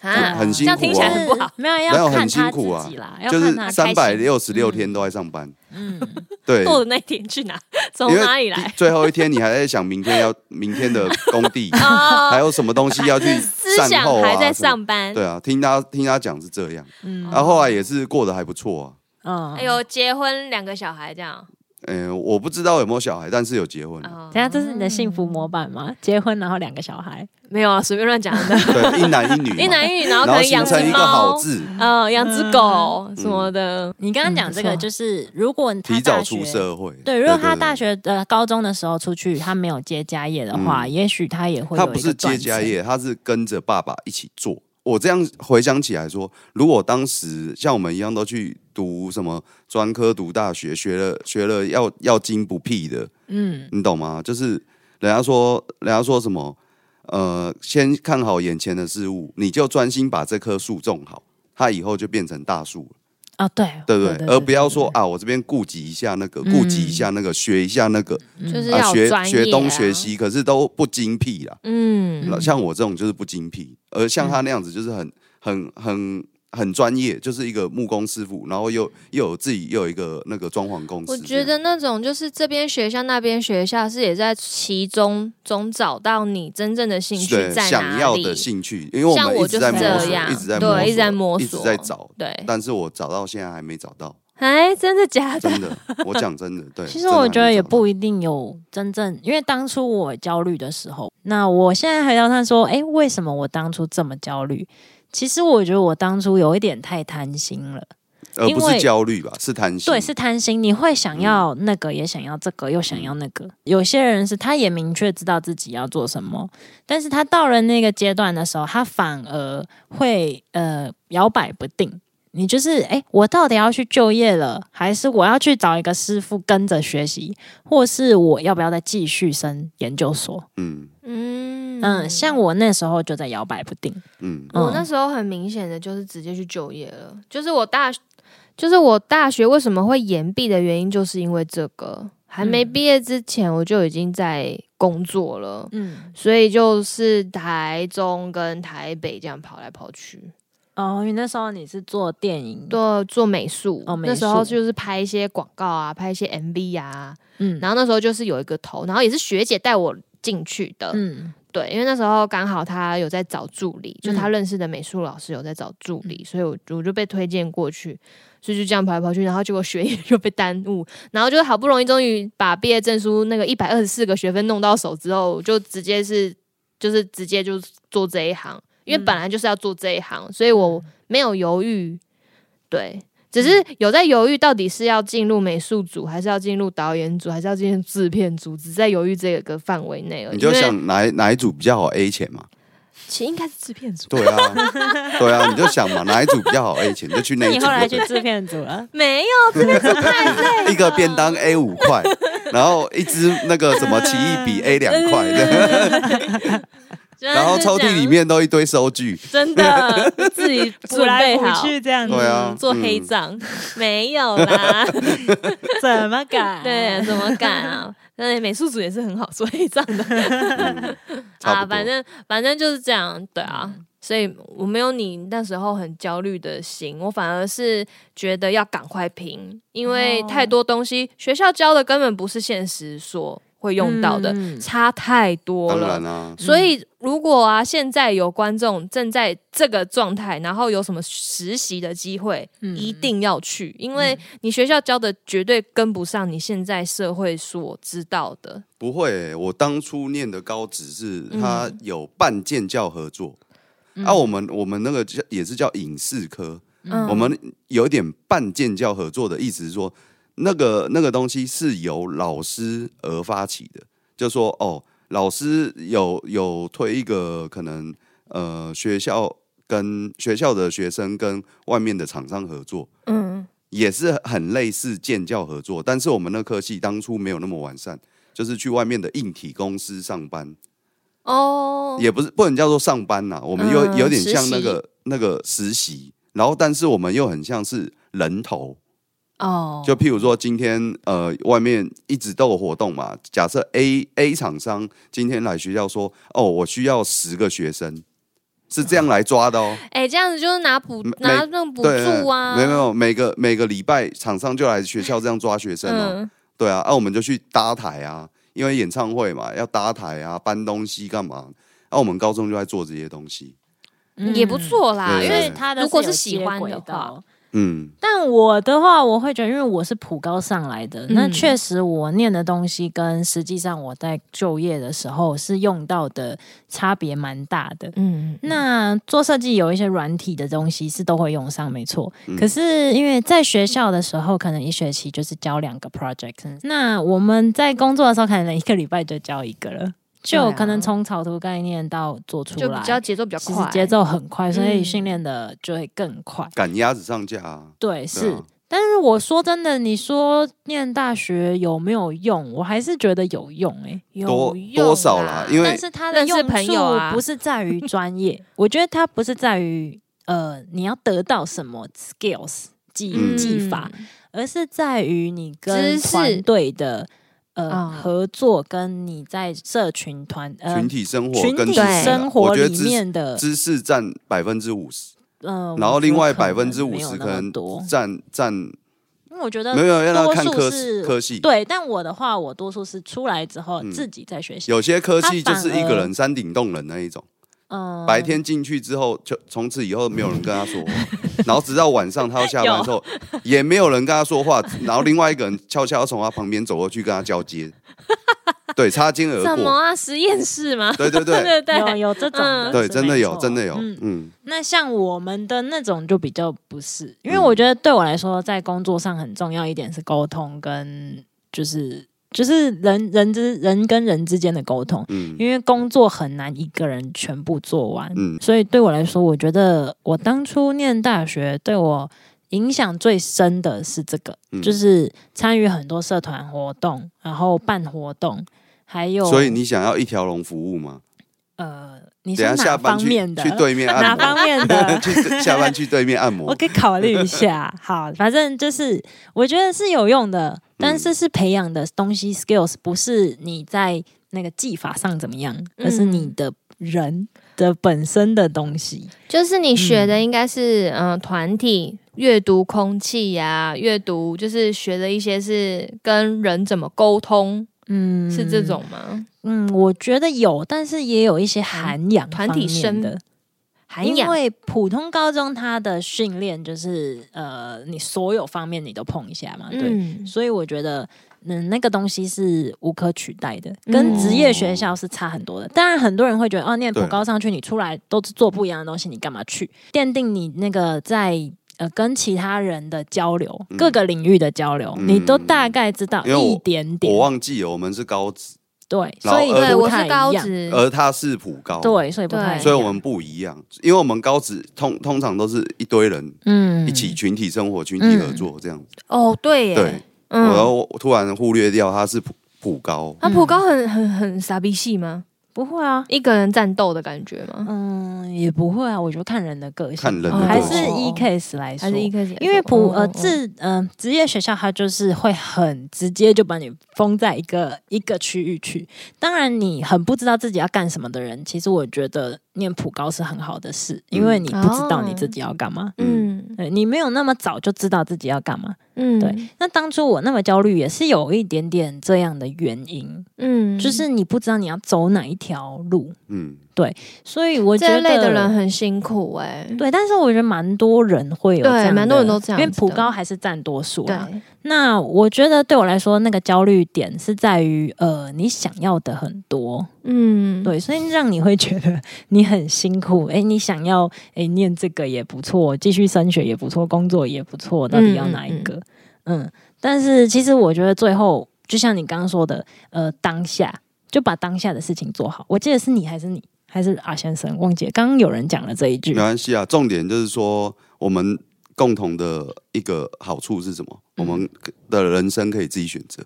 Speaker 2: 啊
Speaker 1: 很辛
Speaker 2: 这
Speaker 1: 苦啊
Speaker 2: 样听起来很不好。
Speaker 3: 没有
Speaker 1: 没有
Speaker 3: 要
Speaker 1: 很
Speaker 3: 看
Speaker 1: 辛
Speaker 3: 他
Speaker 1: 苦啊
Speaker 3: 自己啦，要
Speaker 1: 就是
Speaker 3: 看他
Speaker 1: 三百
Speaker 3: 开心，
Speaker 1: 六十六天都在上班。
Speaker 3: 嗯，
Speaker 1: 对，
Speaker 2: 做的那一点去哪？从
Speaker 1: 因为
Speaker 2: 哪里
Speaker 1: 第
Speaker 2: 来？
Speaker 1: 最后一天你还在想明天要明天的工地， 还有什么东西要去
Speaker 2: 哦思
Speaker 1: 善
Speaker 2: 想
Speaker 1: 后啊？
Speaker 2: 还在
Speaker 1: 什么
Speaker 2: 上班。
Speaker 1: 对啊，听他听他讲是这样，
Speaker 3: 嗯
Speaker 1: 然、后后来也是过得还不错啊。
Speaker 3: 嗯，
Speaker 2: 哎呦，结婚两个小孩这样，
Speaker 1: 嗯、我不知道有没有小孩，但是有结婚，
Speaker 2: 哦
Speaker 3: 等一下这是你的幸福模板吗？结婚然后两个小孩，
Speaker 2: 没有啊，随便乱讲的，
Speaker 1: 对，一男一女嘛，
Speaker 2: 一男一女，然后
Speaker 1: 然
Speaker 2: 可
Speaker 1: 后
Speaker 2: 能
Speaker 1: 形
Speaker 2: 养只
Speaker 1: 成一个好
Speaker 2: 猫，
Speaker 1: 字，
Speaker 2: 嗯，养只狗什么的，
Speaker 3: 你刚刚讲
Speaker 2: 嗯
Speaker 3: 这个
Speaker 2: 不错
Speaker 3: 就是如果他
Speaker 1: 提早
Speaker 3: 大学
Speaker 1: 出社会。
Speaker 3: 对，如果他大
Speaker 1: 对
Speaker 3: 学呃高中的时候出去，他没有接家业的话，
Speaker 1: 嗯
Speaker 3: 也许他也会
Speaker 1: 他
Speaker 3: 有
Speaker 1: 不
Speaker 3: 一个
Speaker 1: 是接
Speaker 3: 断
Speaker 1: 家
Speaker 3: 层，
Speaker 1: 业，他是跟着爸爸一起做。我这样回想起来说，如果当时像我们一样都去读什么专科、读大学，学了学了要要精不屁的，
Speaker 3: 嗯，
Speaker 1: 你懂吗？就是人家说，人家说什么？呃，先看好眼前的事物，你就专心把这棵树种好，它以后就变成大树了，
Speaker 3: 哦对，
Speaker 1: 对不对？而不要说
Speaker 3: 对
Speaker 1: 啊，我这边顾及一下那个，顾及一下那个，学一下那个，
Speaker 3: 嗯
Speaker 2: 就是
Speaker 1: 啊，
Speaker 2: 要
Speaker 1: 学
Speaker 2: 专业
Speaker 1: 学东学
Speaker 2: 啊，
Speaker 1: 西，可是都不精辟啦。
Speaker 2: 嗯
Speaker 1: 像我这种就是不精辟，而像他那样子就是很很很很专业，就是一个木工师傅，然后又又有自己又有一个那个装潢公司。
Speaker 2: 我觉得那种就是这边学校那边学校是也在其中中找到你真正的兴趣
Speaker 1: 对
Speaker 2: 在
Speaker 1: 想
Speaker 2: 哪
Speaker 1: 要
Speaker 2: 里。
Speaker 1: 的兴趣，因为我
Speaker 2: 像
Speaker 1: 们
Speaker 2: 我
Speaker 1: 一直在
Speaker 2: 就
Speaker 1: 摸
Speaker 2: 是这
Speaker 1: 索，
Speaker 2: 样
Speaker 1: 一直在
Speaker 2: 对
Speaker 1: 摸索，
Speaker 2: 一直在摸
Speaker 1: 一直
Speaker 2: 索
Speaker 1: 在找。
Speaker 2: 对，
Speaker 1: 但是我找到现在还没找到，
Speaker 2: 哎，真的假的？
Speaker 1: 真 的，我讲真的，对。
Speaker 3: 其实
Speaker 1: 真的
Speaker 3: 我
Speaker 1: 还
Speaker 3: 觉
Speaker 1: 没
Speaker 3: 得也
Speaker 1: 找到
Speaker 3: 不一定有真正，因为当初我焦虑的时候，那我现在回到他说，诶，为什么我当初这么焦虑？其实我觉得我当初有一点太贪心了，
Speaker 1: 而
Speaker 3: 因
Speaker 1: 不是
Speaker 3: 为
Speaker 1: 焦虑吧，是贪心。
Speaker 3: 对，是贪心，嗯你会想要那个，也想要这个，又想要那个。有些人是他也明确知道自己要做什么，但是他到了那个阶段的时候，他反而会呃摇摆不定。你就是诶，我到底要去就业了，还是我要去找一个师傅跟着学习，或是我要不要再继续升研究所？
Speaker 1: 嗯
Speaker 2: 嗯
Speaker 3: 嗯，像我那时候就在摇摆不定。
Speaker 1: 嗯，
Speaker 3: 嗯
Speaker 2: 我那时候很明显的就是直接去就业了，就是我大，就是我大学为什么会延毕的原因，就是因为这个。还没
Speaker 3: 嗯
Speaker 2: 毕业之前，我就已经在工作了，
Speaker 3: 嗯，
Speaker 2: 所以就是台中跟台北这样跑来跑去。
Speaker 3: 哦，因为那时候你是做电影，
Speaker 2: 对，做美术，
Speaker 3: 哦美
Speaker 2: 那时候
Speaker 3: 术
Speaker 2: 就是拍一些广告啊，拍一些 MV 啊，
Speaker 3: 嗯
Speaker 2: 然后那时候就是有一个头，然后也是学姐带我进去的，
Speaker 3: 嗯
Speaker 2: 对，因为那时候刚好她有在找助理，就她
Speaker 3: 嗯
Speaker 2: 认识的美术老师有在找助理，所以我我就被推荐过去，所以就这样跑来跑去，然后结果学业 就被耽误，然后就好不容易终于把毕业证书那个一百二十四个学分弄到手之后，我就直接是就是直接就做这一行，因为
Speaker 3: 嗯
Speaker 2: 本来就是要做这一行，所以我没有犹豫，对。只是
Speaker 3: 嗯
Speaker 2: 有在犹豫，到底是要进入美术组，还是要进入导演组，还是要进入制片组，只在犹豫这个范围内而已。
Speaker 1: 你就
Speaker 2: 呃因为
Speaker 1: 想哪一哪一组比较好 A 钱嘛？
Speaker 2: 其实应该是制片组。
Speaker 1: 对 啊，对啊，你就想嘛，哪一组比较好 A 钱，你就去那
Speaker 3: 那
Speaker 1: 一
Speaker 3: 你
Speaker 1: 组
Speaker 3: 后来
Speaker 1: 就
Speaker 3: 去
Speaker 1: 对了。
Speaker 3: 制片组了？
Speaker 2: 没有，
Speaker 1: 一个便当 A 五 块，然后一支那个什么奇异笔 A 两块，对 然后抽屉里面都一堆收据，
Speaker 2: 真的自己
Speaker 3: 补
Speaker 2: 准
Speaker 3: 来
Speaker 2: 备
Speaker 3: 补
Speaker 2: 好，
Speaker 3: 去这样子，
Speaker 1: 对啊
Speaker 2: 嗯做黑账没 有啦，
Speaker 3: 怎么改？
Speaker 2: 对，怎么敢啊？那美术组也是很好做黑账的
Speaker 1: 嗯 差
Speaker 2: 啊，
Speaker 1: 不多嗯
Speaker 2: 反正反正就是这样，对啊。所以我没有你那时候很焦虑的心，我反而是觉得要赶快拼，因为
Speaker 3: 哦
Speaker 2: 太多东西学校教的根本不是现实所会用到的，
Speaker 3: 嗯嗯
Speaker 2: 差太多
Speaker 1: 当
Speaker 2: 了。
Speaker 1: 然啊啦，
Speaker 2: 所
Speaker 3: 嗯
Speaker 2: 以，如果啊，现在有观众正在这个状态，然后有什么实习的机会，
Speaker 3: 嗯
Speaker 2: 一定要去，因为你学校教的绝对跟不上你现在社会所知道的。
Speaker 1: 不会欸、我当初念的高职是它
Speaker 2: 嗯
Speaker 1: 有办建教合作，啊，我们我们那个叫也是叫影视科，
Speaker 2: 嗯
Speaker 1: 我们有点半建教合作的意思是说，那个那个东西是由老师而发起的，就说哦，老师有有推一个可能呃学校跟学校的学生跟外面的厂商合作，
Speaker 2: 嗯，
Speaker 1: 也是很类似建教合作，但是我们那科系当初没有那么完善，就是去外面的硬体公司上班，
Speaker 2: 哦，
Speaker 1: 也不是不能叫做上班呐、我们又
Speaker 2: 嗯
Speaker 1: 有点像那个那个实习，然后但是我们又很像是人头，
Speaker 2: 哦，
Speaker 1: 就譬如说今天呃外面一直都有活动嘛，假设 A A 厂商今天来学校说哦我需要十个学生，是这样来抓的哦，
Speaker 2: 哎、这样子就是拿补
Speaker 1: 没
Speaker 2: 拿那种补
Speaker 1: 对，
Speaker 2: 助啊，
Speaker 1: 没有没有，每个每个礼拜厂商就来学校这样抓学生哦，
Speaker 2: 嗯，
Speaker 1: 对啊，啊我们就去搭台啊，因为演唱会嘛要搭台啊搬东西干嘛，啊我们高中就在做这些东西，
Speaker 3: 嗯
Speaker 2: 也不错啦，
Speaker 1: 哦对
Speaker 2: 因
Speaker 3: 因为
Speaker 2: 为
Speaker 3: 他的
Speaker 2: 如果
Speaker 3: 是
Speaker 2: 是
Speaker 3: 有
Speaker 2: 喜
Speaker 3: 接
Speaker 2: 欢
Speaker 3: 轨
Speaker 2: 的
Speaker 3: 到
Speaker 2: 话，
Speaker 1: 嗯。
Speaker 3: 但我的话，我会觉得，因为我是普高上来的，
Speaker 2: 嗯
Speaker 3: 那确实我念的东西跟实际上我在就业的时候是用到的差别蛮大的。
Speaker 2: 嗯，
Speaker 3: 那做设计有一些软体的东西是都会用上，没错。可是因为在学校的时候，可能一学期就是交两个 project，那嗯我们在工作的时候，可能一个礼拜就交一个了，
Speaker 2: 对
Speaker 3: 就
Speaker 2: 啊
Speaker 3: 可能从草图概念到做出
Speaker 2: 就
Speaker 3: 来，
Speaker 2: 比较节奏比较
Speaker 3: 其实
Speaker 2: 快，
Speaker 3: 节奏很快，所以
Speaker 2: 嗯
Speaker 3: 训练的就会更快。
Speaker 1: 赶鸭子上架啊。
Speaker 3: 对，
Speaker 1: 对
Speaker 3: 是。
Speaker 1: 啊
Speaker 3: 但是我说真的，你说念大学有没有用？我还是觉得有用哎、
Speaker 1: 多
Speaker 2: 有
Speaker 1: 多
Speaker 2: 用
Speaker 1: 少啦因为
Speaker 3: 但是它的
Speaker 2: 认识
Speaker 3: 用
Speaker 2: 朋
Speaker 3: 处
Speaker 2: 友啊
Speaker 3: 不是在于专业，我觉得它不是在于呃你要得到什么 skills 技、
Speaker 1: 嗯
Speaker 3: 技法，而是在于你
Speaker 2: 知
Speaker 3: 跟
Speaker 2: 识
Speaker 3: 团队的呃、
Speaker 2: 啊
Speaker 3: 合作，跟你在社群团呃
Speaker 1: 群体生活
Speaker 3: 群
Speaker 1: 跟
Speaker 3: 体
Speaker 1: 知识啊
Speaker 3: 生
Speaker 1: 我
Speaker 3: 活
Speaker 1: 觉得
Speaker 3: 里
Speaker 1: 知
Speaker 3: 面的
Speaker 1: 知识占百分之五十，
Speaker 3: 嗯，
Speaker 1: 然后
Speaker 3: 我觉得
Speaker 1: 另外
Speaker 3: 可能
Speaker 1: 百分之五
Speaker 3: 没有
Speaker 1: 十可
Speaker 3: 那么
Speaker 1: 能
Speaker 3: 多，
Speaker 1: 占占
Speaker 3: 因为我觉得
Speaker 1: 没有要
Speaker 3: 多
Speaker 1: 看
Speaker 3: 数
Speaker 1: 科
Speaker 3: 是
Speaker 1: 科系，
Speaker 3: 对，但我的话，我多数是出来之后自己在学习，
Speaker 1: 嗯有些科系
Speaker 3: 他
Speaker 1: 就
Speaker 3: 反
Speaker 1: 是一个
Speaker 3: 而
Speaker 1: 人山顶洞人那一种，
Speaker 3: 嗯，
Speaker 1: 白天进去之后就从此以后没有人跟他 说话，然后直到晚上他要下班之后也没有人跟他说话，然后另外一个人悄悄从他旁边走过去跟他交 接，对，擦肩而
Speaker 2: 什么
Speaker 1: 过，
Speaker 2: 啊？实验室吗？
Speaker 1: 对 对对
Speaker 2: 对
Speaker 3: 有
Speaker 2: 对，
Speaker 3: 有这种的，
Speaker 1: 对，
Speaker 3: 是
Speaker 1: 真的
Speaker 3: 没
Speaker 1: 有，
Speaker 3: 错
Speaker 1: 真的有，
Speaker 3: 嗯
Speaker 1: 嗯
Speaker 3: 那像我们的那种就比较不是，因为
Speaker 1: 嗯
Speaker 3: 我觉得对我来说，在工作上很重要一点是沟通跟就是就是人人之人跟人之间的沟通，
Speaker 1: 嗯
Speaker 3: 因为工作很难一个人全部做完，
Speaker 1: 嗯
Speaker 3: 所以对我来说，我觉得我当初念大学对我影响最深的是这个，
Speaker 1: 嗯，
Speaker 3: 就是参与很多社团活动，然后办活动，还有
Speaker 1: 所以你想要一条龙服务吗？
Speaker 3: 呃，你是
Speaker 1: 等一下下
Speaker 3: 哪
Speaker 1: 班
Speaker 3: 方
Speaker 1: 去
Speaker 3: 面的？
Speaker 1: 去对面
Speaker 3: 哪
Speaker 1: 按
Speaker 3: 方
Speaker 1: 摩，？
Speaker 3: 面的
Speaker 1: 去下班去对面按
Speaker 3: 我
Speaker 1: 摩，
Speaker 3: 可以考虑一 下。好，反正就是我觉得是有用的，但是是培养的东西 skills，不是你在那个技法上怎么样，
Speaker 2: 嗯
Speaker 3: 而是你的人的本身的东西。
Speaker 2: 就是你学的应该是嗯团、体阅读空气呀、阅读就是学的一些是跟人怎么沟通，
Speaker 3: 嗯
Speaker 2: 是这。种吗？
Speaker 3: 嗯，我觉得有，但是也有一些涵养
Speaker 2: 团体
Speaker 3: 方面的。
Speaker 2: 涵
Speaker 3: 因
Speaker 2: 养
Speaker 3: 为普通高中它的训练就是呃，你所有方面你都碰一下嘛，对，
Speaker 2: 嗯，
Speaker 3: 所以我觉得，嗯，那个东西是无可取代的，
Speaker 2: 嗯
Speaker 3: 跟职业学校是差很多的。当然，很多人会觉得，哦，念普
Speaker 1: 对
Speaker 3: 高上去，你出来都是做不一样的东西，你干嘛去奠定你那个在呃跟其他人的交流，
Speaker 1: 嗯
Speaker 3: 各个领域的交流，
Speaker 1: 嗯
Speaker 3: 你都大概知道
Speaker 1: 因为我
Speaker 3: 一点
Speaker 1: 我
Speaker 3: 点。
Speaker 1: 忘记了，我们是高职，
Speaker 3: 对，
Speaker 1: 然后
Speaker 3: 所以
Speaker 1: 呃
Speaker 2: 对
Speaker 3: 不
Speaker 2: 我是
Speaker 3: 太一
Speaker 2: 高
Speaker 3: 样。
Speaker 2: 职，
Speaker 1: 而他是普高，
Speaker 3: 嗯对，所以不太一样。
Speaker 1: 所以我们不一样，因为我们高职通通常都是一堆人
Speaker 3: 嗯
Speaker 1: 一起群体生活、群体合作这样子。
Speaker 2: 哦对耶，
Speaker 1: 对，然
Speaker 2: 嗯，
Speaker 1: 后我突然忽略掉他是普普高，
Speaker 2: 那
Speaker 3: 嗯
Speaker 2: 普高很很很傻逼戏吗？
Speaker 3: 不会啊，
Speaker 2: 一个人战斗的感觉吗？
Speaker 3: 嗯，也不会啊，我觉得看人的个性，
Speaker 1: 看人的
Speaker 2: 个性
Speaker 3: 还是
Speaker 2: 哦
Speaker 3: 依 case 来说，
Speaker 2: 还是一开始来说？
Speaker 3: 因为普
Speaker 2: 哦
Speaker 3: 呃自嗯职业学校，它就是会很直接就把你封在一个一个区域去。当然，你很不知道自己要干什么的人，其实我觉得念普高是很好的事，因为你不知道
Speaker 2: 哦
Speaker 3: 你自己要干嘛。
Speaker 2: 嗯
Speaker 3: 对你没有那么早就知道自己要干嘛。
Speaker 2: 嗯
Speaker 3: 对那当初我那么焦虑，也是有一点点这样的原因，
Speaker 2: 嗯，
Speaker 3: 就是你不知道你要走哪一条路。
Speaker 1: 嗯，
Speaker 3: 所以我觉
Speaker 2: 这
Speaker 3: 得
Speaker 2: 一类的人很辛苦哎，
Speaker 3: 对，但是我觉得蛮多人会有
Speaker 2: 对
Speaker 3: 这样的
Speaker 2: 蛮多人都这样
Speaker 3: 因为
Speaker 2: 子
Speaker 3: 普
Speaker 2: 的
Speaker 3: 高还是占多数啦。
Speaker 2: 对
Speaker 3: 那我觉得对我来说，那个焦虑点是在于，呃，你想要的很多，
Speaker 2: 嗯
Speaker 3: 对，所以让你会觉得你很辛苦。 诶，你想要，诶，念这个也不错，继续升学也不错，工作也不错，到底要哪一个？嗯但是其实我觉得最后，就像你刚刚说的，呃，当下就把当下的事情做好。我记得是你还是你还是阿先生，忘记了刚刚有人讲了这一句
Speaker 1: 没，关系啊。重点就是说，我们共同的一个好处是什么？我
Speaker 3: 嗯
Speaker 1: 们的人生可以自己选择。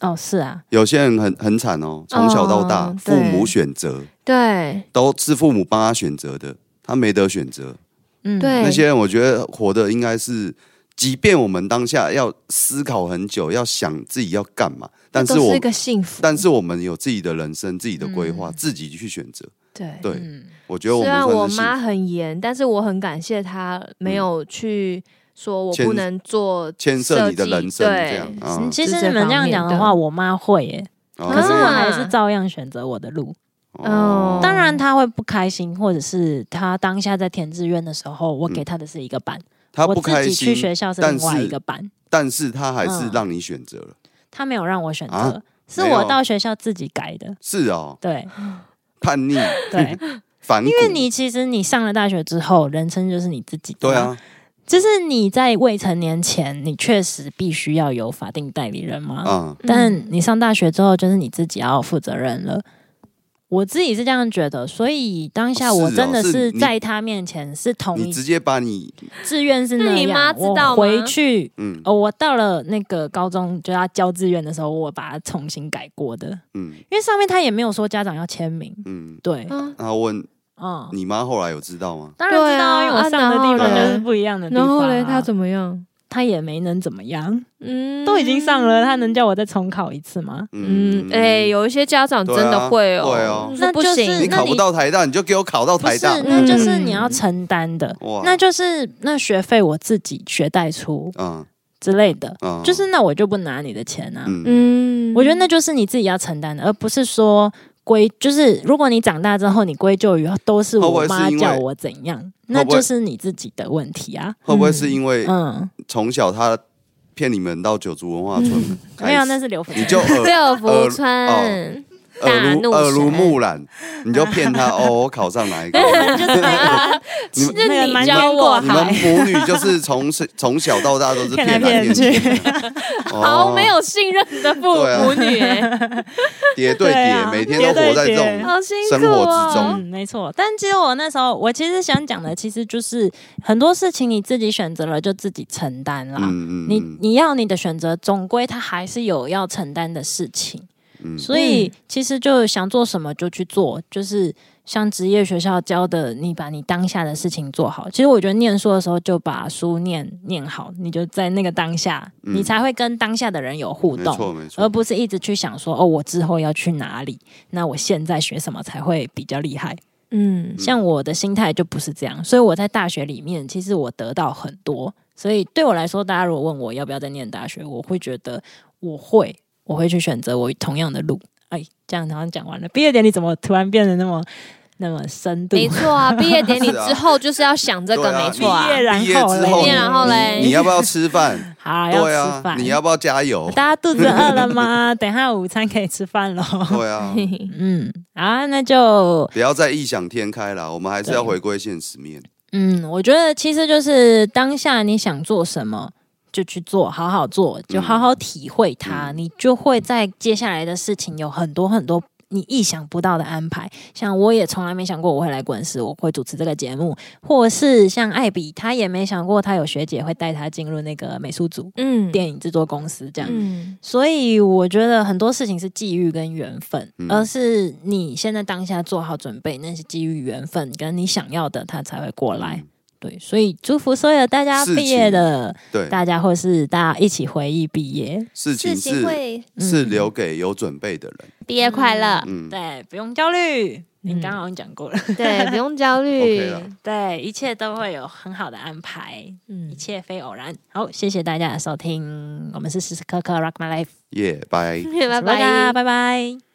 Speaker 3: 哦，是啊，
Speaker 1: 有些人很很惨哦，从小到大，
Speaker 2: 哦
Speaker 1: 父
Speaker 2: 对
Speaker 1: 母选择
Speaker 2: 对
Speaker 1: 都是父母帮他选择的，他没得选择。
Speaker 3: 嗯，
Speaker 2: 对
Speaker 1: 那些人，我觉得活的应该是，即便我们当下要思考很久，要想自己要干嘛，但
Speaker 2: 都
Speaker 1: 是我
Speaker 2: 一个幸福，
Speaker 1: 但是我们有自己的人生、自己的规划、自己去选择。
Speaker 2: 对。
Speaker 1: 对，
Speaker 3: 嗯
Speaker 1: 我觉得我
Speaker 2: 虽
Speaker 1: 们
Speaker 2: 然我
Speaker 1: 算是幸
Speaker 2: 妈
Speaker 1: 福嗯
Speaker 2: 很严，但是我很感谢她没有去说我
Speaker 1: 牵
Speaker 2: 不能做
Speaker 1: 牵涉你的
Speaker 2: 设计
Speaker 1: 人生
Speaker 2: 对
Speaker 1: 这样啊。嗯
Speaker 3: 其实你们这样讲的话，我妈会耶、
Speaker 1: 哦
Speaker 3: 可是我
Speaker 2: 啊
Speaker 3: 还是照样选择我的路。
Speaker 2: 哦
Speaker 3: 当然，她会不开心，或者是她当下在填志愿的时候，我给她的是一个版，
Speaker 1: 他
Speaker 3: 我
Speaker 1: 不开
Speaker 3: 自己去
Speaker 1: 心，
Speaker 3: 学校是
Speaker 1: 但
Speaker 3: 另外
Speaker 1: 是
Speaker 3: 一个版。
Speaker 1: 但是他还是
Speaker 3: 嗯
Speaker 1: 让你选择了。
Speaker 3: 她没有让我选择，
Speaker 1: 啊
Speaker 3: 是
Speaker 1: 没有
Speaker 3: 我到学校自己改的。
Speaker 1: 是哦，
Speaker 3: 对
Speaker 1: 叛逆
Speaker 3: 对，
Speaker 1: 反骨，因
Speaker 3: 因为你其实你上了大学之后，人生就是你自己的。
Speaker 1: 对，啊
Speaker 3: 就是你在未成年前，你确实必须要有法定代理人嘛。
Speaker 1: 啊，
Speaker 2: 嗯
Speaker 3: 但你上大学之后，就是你自己要负责任了。我自己是这样觉得，所以当下
Speaker 1: 哦是
Speaker 3: 我真的
Speaker 1: 哦是
Speaker 3: 是
Speaker 1: 你
Speaker 3: 在他面前是同
Speaker 1: 嗯你
Speaker 3: 一
Speaker 1: 直接把你
Speaker 3: 志愿是
Speaker 2: 那
Speaker 3: 那
Speaker 2: 你妈
Speaker 3: 样，
Speaker 2: 知道吗
Speaker 3: 我回去。
Speaker 1: 嗯
Speaker 3: 哦，我到了那个高中就要交志愿的时候，我把它重新改过的，
Speaker 1: 嗯
Speaker 3: 因为上面他也没有说家长要签名。
Speaker 1: 嗯，
Speaker 3: 对，
Speaker 2: 嗯，
Speaker 1: 然后问
Speaker 3: 嗯，
Speaker 1: 你妈后来有知道吗？
Speaker 3: 当然知道，
Speaker 2: 哦对啊
Speaker 3: 因为我上的地方就是不一样的地
Speaker 2: 然
Speaker 3: 方、
Speaker 2: 后
Speaker 3: 啊。
Speaker 2: 嘞，她怎么样？
Speaker 3: 他也没能怎么样，
Speaker 2: 嗯
Speaker 3: 都已经上了，他能叫我再重考一次吗？
Speaker 2: 嗯，哎、有一些家长真的会哦、
Speaker 1: 对啊
Speaker 2: 就
Speaker 3: 对啊
Speaker 2: 是不行，
Speaker 3: 那就是
Speaker 1: 你考不到台大，你就给我考到
Speaker 3: 不
Speaker 1: 台
Speaker 3: 是
Speaker 1: 大，，嗯
Speaker 3: 那就是
Speaker 2: 嗯
Speaker 3: 你要承担的，
Speaker 1: 哇
Speaker 3: 那就是那学费我自己学贷出
Speaker 1: 嗯
Speaker 3: 之类的，
Speaker 1: 嗯，
Speaker 3: 就是那我就不拿你的钱啊。
Speaker 1: 嗯
Speaker 2: 嗯，
Speaker 3: 我觉得那就是你自己要承担的，而不是说归就是如果你长大之后你归咎于都是
Speaker 1: 会不
Speaker 3: 我
Speaker 1: 会是
Speaker 3: 妈
Speaker 1: 因为
Speaker 3: 叫我怎样，那就是你自己的问题啊。
Speaker 1: 会不会是因为
Speaker 3: 嗯，
Speaker 1: 从小他骗你们到九族文化村开始？
Speaker 3: 嗯没有，那是刘嗯
Speaker 1: 你
Speaker 3: 粉。
Speaker 1: 就耳
Speaker 2: 六福村、
Speaker 1: 呃
Speaker 2: 大
Speaker 1: 耳濡
Speaker 2: 怒
Speaker 1: 耳濡
Speaker 2: 神
Speaker 1: 目染，你就骗他哦，我考上哪一 个？你们
Speaker 2: 那
Speaker 3: 那个
Speaker 2: 你
Speaker 3: 瞒
Speaker 2: 教
Speaker 3: 天
Speaker 2: 我
Speaker 3: 过
Speaker 1: 你们
Speaker 3: 海，
Speaker 1: 母女就是从是从小到大都是
Speaker 3: 啊骗来
Speaker 1: 来
Speaker 3: 骗
Speaker 1: 骗
Speaker 3: 去，
Speaker 1: 哦
Speaker 2: 好没有信任的父
Speaker 1: 对啊
Speaker 2: 母女、哎
Speaker 1: 叠对
Speaker 3: 对
Speaker 1: 叠，
Speaker 3: 啊
Speaker 1: 每天
Speaker 3: 叠
Speaker 1: 都活
Speaker 3: 对
Speaker 1: 在这
Speaker 3: 叠
Speaker 1: 种
Speaker 2: 好辛苦
Speaker 1: 生活
Speaker 2: 哦、
Speaker 1: 之中
Speaker 3: 嗯，没错。但其实我那时候，我其实想讲的，其实就是很多事情你自己选择了，就自己承担啦。
Speaker 1: 嗯嗯，
Speaker 3: 你
Speaker 1: 嗯
Speaker 3: 你要你的选择，总归他还是有要承担的事情。
Speaker 1: 嗯
Speaker 3: 所以
Speaker 2: 嗯
Speaker 3: 其实就想做什么就去做，就是像职业学校教的，你把你当下的事情做好。其实我觉得念书的时候就把书念念好，你就在那个当下，
Speaker 1: 嗯
Speaker 3: 你才会跟当下的人有互
Speaker 1: 没
Speaker 3: 动
Speaker 1: 错。没
Speaker 3: 而
Speaker 1: 错，
Speaker 3: 不是一直去想说哦，我之后要去哪里？那我现在学什么才会比较厉害？
Speaker 2: 嗯
Speaker 3: 像我的心态就不是这样，所以我在大学里面，其实我得到很多。所以对我来说，大家如果问我要不要再念大学，我会觉得我会，我会去选择我同样的路。哎，这样好像讲完了。毕业典礼怎么突然变得那么那么深度？
Speaker 2: 没错啊，毕业典礼
Speaker 1: 是啊
Speaker 2: 之后就是要想 这个，
Speaker 1: 对啊
Speaker 2: 没错啊
Speaker 3: 毕。业然
Speaker 1: 毕业
Speaker 3: 后
Speaker 1: 之后
Speaker 2: 毕
Speaker 1: 你，
Speaker 2: 业然后嘞
Speaker 1: 你你要不要吃饭？
Speaker 3: 好要
Speaker 1: 对
Speaker 3: 吃
Speaker 1: 啊，
Speaker 3: 饭，
Speaker 1: 你要不要加 油？
Speaker 3: 大家肚子饿了吗？等一下午餐可以吃饭喽。
Speaker 1: 对啊，
Speaker 3: 嗯啊，那就
Speaker 1: 不要再异想天开啦，我们还是要
Speaker 3: 对
Speaker 1: 回归现实面。
Speaker 3: 嗯，我觉得其实就是当下你想做什么就去做，好好做，就好
Speaker 2: 嗯
Speaker 3: 好体会它，你就会在接下来的事情有很多很多。你意想不到的安排，像我也从来没想过我会来滚石，我会主持这个节目，或是像艾比，他也没想过他有学姐会带他进入那个美术组、
Speaker 2: 嗯，
Speaker 3: 电影制作公司这样。
Speaker 2: 嗯
Speaker 3: 所以我觉得很多事情是际遇跟缘分，
Speaker 1: 嗯
Speaker 3: 而是你现在当下做好准备，那是机遇、缘分跟你想要的，它才会过来。
Speaker 1: 嗯
Speaker 3: 对，所以祝福所有大家
Speaker 1: 事情
Speaker 3: 毕业的
Speaker 1: 对，
Speaker 3: 大家，或是大家一起回忆毕业。
Speaker 1: 事情
Speaker 2: 事情
Speaker 1: 是
Speaker 2: 会
Speaker 3: 嗯
Speaker 1: 是留给有准备的人。
Speaker 2: 毕业快乐，
Speaker 1: 嗯，
Speaker 3: 对，不用焦虑，
Speaker 2: 嗯
Speaker 3: 你刚刚好像讲过了。
Speaker 2: 对，不用焦虑
Speaker 1: OK 啦。
Speaker 3: 对，一切都会有很好的安排，一
Speaker 2: 嗯，
Speaker 3: 切非偶然。好，谢谢大家的收听，我们是时时刻刻 Rock My Life，
Speaker 1: 耶，拜。
Speaker 2: 拜
Speaker 3: 我是 Roga，
Speaker 2: 拜。
Speaker 3: 拜拜。